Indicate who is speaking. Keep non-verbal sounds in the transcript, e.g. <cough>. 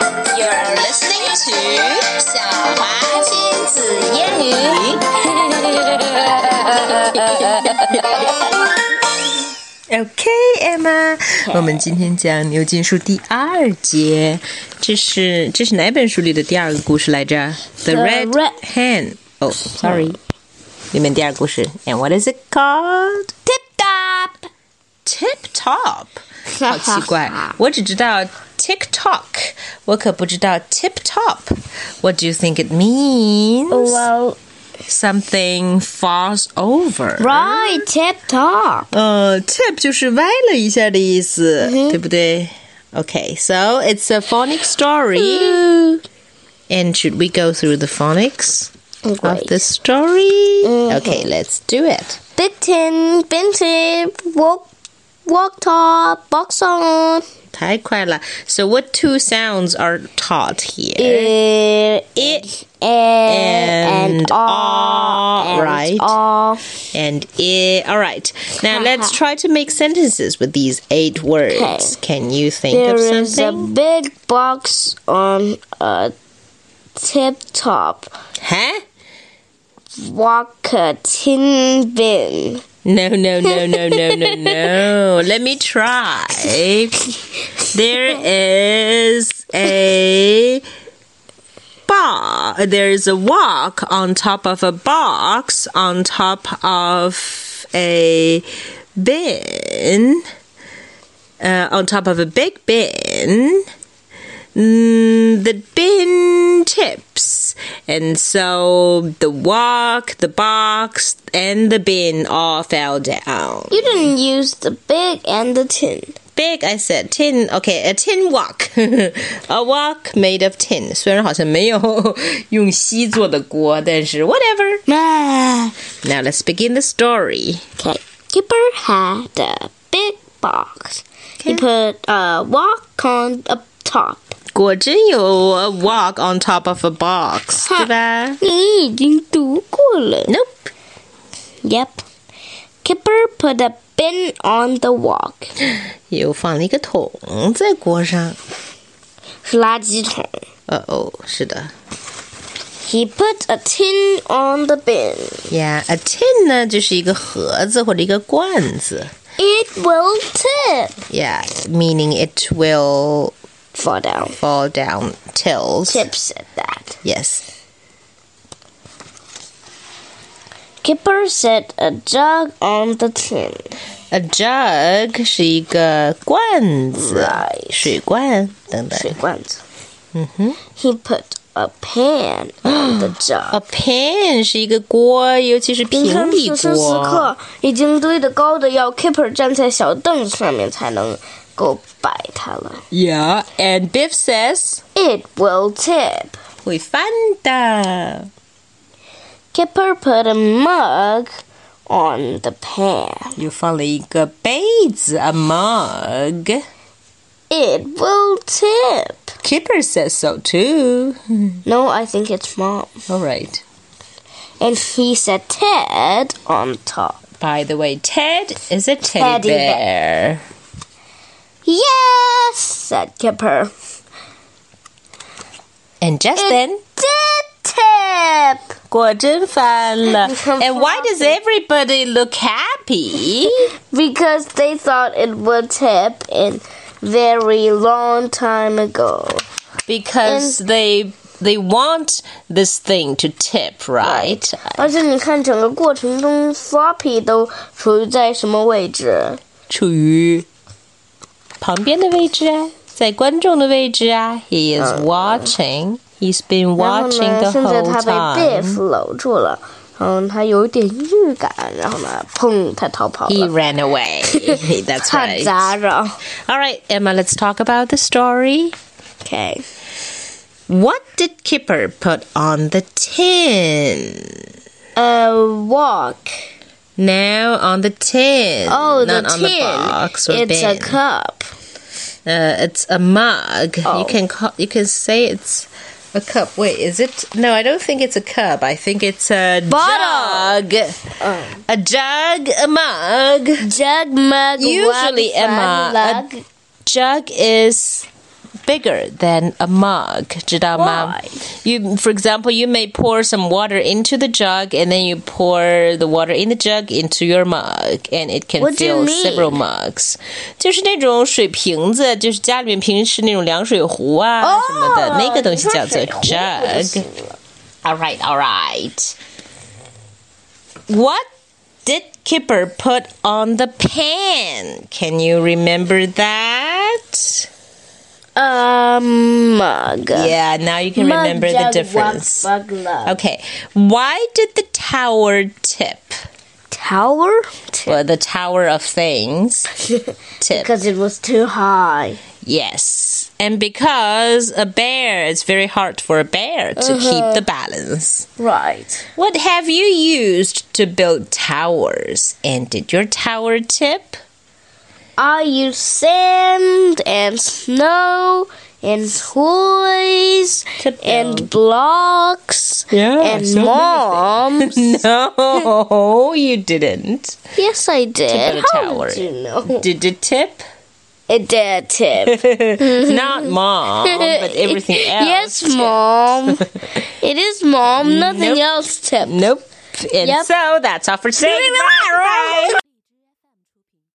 Speaker 1: You're listening to 小华亲子英语。
Speaker 2: OK, Emma，、我们今天讲牛津树第二节，这是这是哪本书里的第二个故事来着？The
Speaker 1: The
Speaker 2: Red,
Speaker 1: Red-
Speaker 2: Hen。哦、s o r r y 里面第二个故事。And what is it called?
Speaker 1: Tip top，
Speaker 2: Tip Top。
Speaker 1: <laughs>
Speaker 2: 好奇怪，我只知道 TikTok，我可不知道 Tip Top。What do you think it means?、
Speaker 1: Oh, well
Speaker 2: Something falls over.
Speaker 1: right tip top。
Speaker 2: 呃，tip 就是歪了一下的意思，对不对？Okay, so it's a phonic story,
Speaker 1: <sighs>
Speaker 2: and should we go through the phonics of
Speaker 1: Great. Mm-hmm.
Speaker 2: the story? Okay, let's do it.
Speaker 1: Bitten, bitten, walk, walk top, box on.
Speaker 2: 太快了。So what two sounds are taught
Speaker 1: E
Speaker 2: here?
Speaker 1: It, it, and,
Speaker 2: and
Speaker 1: all,
Speaker 2: all,
Speaker 1: and
Speaker 2: right.
Speaker 1: all.
Speaker 2: And i. All right.
Speaker 1: Uh-huh.
Speaker 2: Now let's try to make sentences with these eight words. Can you think
Speaker 1: There
Speaker 2: of
Speaker 1: is a
Speaker 2: something?
Speaker 1: big box on a tip top.
Speaker 2: Huh?
Speaker 1: Walk a tin bin.
Speaker 2: No, no, no, no, no, no, no. Let me try. There is a bar. There is a walk on top of a box on top of a bin. Uh, on top of a big bin. Mm, the bin tips. And so the walk, the box, and the bin all fell down.
Speaker 1: You didn't use the big and the tin.
Speaker 2: Big, I said tin. Okay, a tin walk. <laughs> a walk made of tin. <laughs> 虽然好像没有用锡做的锅，但是 whatever.
Speaker 1: Okay.
Speaker 2: Now let's begin the story.
Speaker 1: Keeper had a big box. He put a walk on up top.
Speaker 2: 果真有 a walk on top of a box,
Speaker 1: 哈。
Speaker 2: 对吧？
Speaker 1: 你已经读过了。
Speaker 2: Nope.
Speaker 1: Yep. Kipper put a bin on the walk.
Speaker 2: 又放了一个桶在锅上。
Speaker 1: 是垃圾桶.
Speaker 2: Uh oh, 是的。
Speaker 1: He put a tin on the bin.
Speaker 2: Yeah, a tin 呢就是一个盒子或者一个罐子。
Speaker 1: It will tip.
Speaker 2: Yeah, meaning it will
Speaker 1: Fall down.
Speaker 2: fall down tills.
Speaker 1: Tip said that.
Speaker 2: Yes.
Speaker 1: Kipper set a jug on the tin.
Speaker 2: A jug 是一个罐子
Speaker 1: Right.
Speaker 2: 水罐等等。
Speaker 1: 水罐子.
Speaker 2: Mm-hmm.
Speaker 1: He put a pan on
Speaker 2: <gasps>
Speaker 1: the jug.
Speaker 2: A pan 是一个锅，尤其是平底锅。
Speaker 1: 平常此时此刻，已经堆得高的要 Kipper 站在小凳上面才能够摆它了。
Speaker 2: Yeah, and Biff says
Speaker 1: It will tip.
Speaker 2: 会翻的。
Speaker 1: Kipper put a mug on the pan.
Speaker 2: 又放了一个杯子，a mug.
Speaker 1: It will tip.
Speaker 2: Kipper says so too.
Speaker 1: No, I think it's mom.
Speaker 2: All right.
Speaker 1: And he said Ted on top.
Speaker 2: By the way, Ted is a
Speaker 1: Teddy
Speaker 2: teddy,
Speaker 1: bear.
Speaker 2: bear.
Speaker 1: Yes, said Kipper.
Speaker 2: And just <laughs> then,
Speaker 1: Did tip.
Speaker 2: 果真翻了. and why does everybody look happy?
Speaker 1: Because they thought it would tip in very long time ago.
Speaker 2: Because they they want this thing to tip, right?
Speaker 1: 而且你看整个过程中 Floppy 都处于在什么位置？
Speaker 2: 处于旁边的位置啊，在观众的位置啊。He is
Speaker 1: Uh.
Speaker 2: watching. He's been
Speaker 1: 然后
Speaker 2: watching
Speaker 1: 呢，
Speaker 2: the
Speaker 1: 现在
Speaker 2: whole
Speaker 1: 他被
Speaker 2: time.
Speaker 1: Biff 搂住了，嗯，他有一点预感，然后呢，砰，他逃跑
Speaker 2: He
Speaker 1: 了，
Speaker 2: ran away. <laughs>
Speaker 1: <laughs>
Speaker 2: That's
Speaker 1: 他
Speaker 2: right.
Speaker 1: 咋着
Speaker 2: All right, Emma, let's talk about the story.
Speaker 1: ？OK，
Speaker 2: What did Kipper put on the tin?
Speaker 1: 呃，walk。
Speaker 2: No, on the tin.
Speaker 1: Oh, the
Speaker 2: not on the
Speaker 1: tin.
Speaker 2: box or
Speaker 1: It's a
Speaker 2: bin.
Speaker 1: cup.
Speaker 2: uh, it's a mug.
Speaker 1: Oh.
Speaker 2: You can call, you can say it's a cup. Wait, is it? No, I don't think it's a cup. I think it's a
Speaker 1: Bottle.
Speaker 2: jug. A jug, a mug.
Speaker 1: Um, Jug mug.
Speaker 2: Usually,
Speaker 1: one
Speaker 2: Emma,
Speaker 1: fun
Speaker 2: a-
Speaker 1: lug.
Speaker 2: Jug is bigger than a mug. 知道吗?
Speaker 1: Why?
Speaker 2: You, for example, you may pour some water into the jug, and then you pour the water in the jug into your mug, and it can
Speaker 1: What do you
Speaker 2: fill
Speaker 1: mean?
Speaker 2: several mugs. 就是那种水瓶子，就是家里面平时那种凉水壶啊
Speaker 1: Oh,
Speaker 2: 什么的，那个东西叫做
Speaker 1: 你说水壶
Speaker 2: jug. All right, all right. What did Kipper put on the pan? Can you remember that?
Speaker 1: Um, mug.
Speaker 2: Yeah, now you can
Speaker 1: Mug,
Speaker 2: remember the
Speaker 1: jug,
Speaker 2: difference.
Speaker 1: Mug, mug, love.
Speaker 2: Okay, why did the tower tip?
Speaker 1: <laughs> Tower?
Speaker 2: Well, the tower of things tip.
Speaker 1: Because it was too high.
Speaker 2: yes, and because a bear, it's very hard for a bear to
Speaker 1: Uh-huh.
Speaker 2: keep the balance.
Speaker 1: Right.
Speaker 2: What have you used to build towers? And did your tower tip?
Speaker 1: I use sand and snow and toys
Speaker 2: To build.
Speaker 1: and blocks
Speaker 2: Yeah,
Speaker 1: and
Speaker 2: so many
Speaker 1: mom.
Speaker 2: <laughs> No, you didn't.
Speaker 1: yes, I did.
Speaker 2: build a
Speaker 1: How
Speaker 2: tower.
Speaker 1: did you know? <laughs>
Speaker 2: Did it tip?
Speaker 1: It did tip.
Speaker 2: Not mom,
Speaker 1: <laughs>
Speaker 2: but everything else.
Speaker 1: Mm-hmm. yes, mom.
Speaker 2: <laughs>
Speaker 1: it is mom. Nothing
Speaker 2: Nope.
Speaker 1: else tipped.
Speaker 2: Nope. And
Speaker 1: Yep. <laughs>
Speaker 2: so that's all for today. Bye.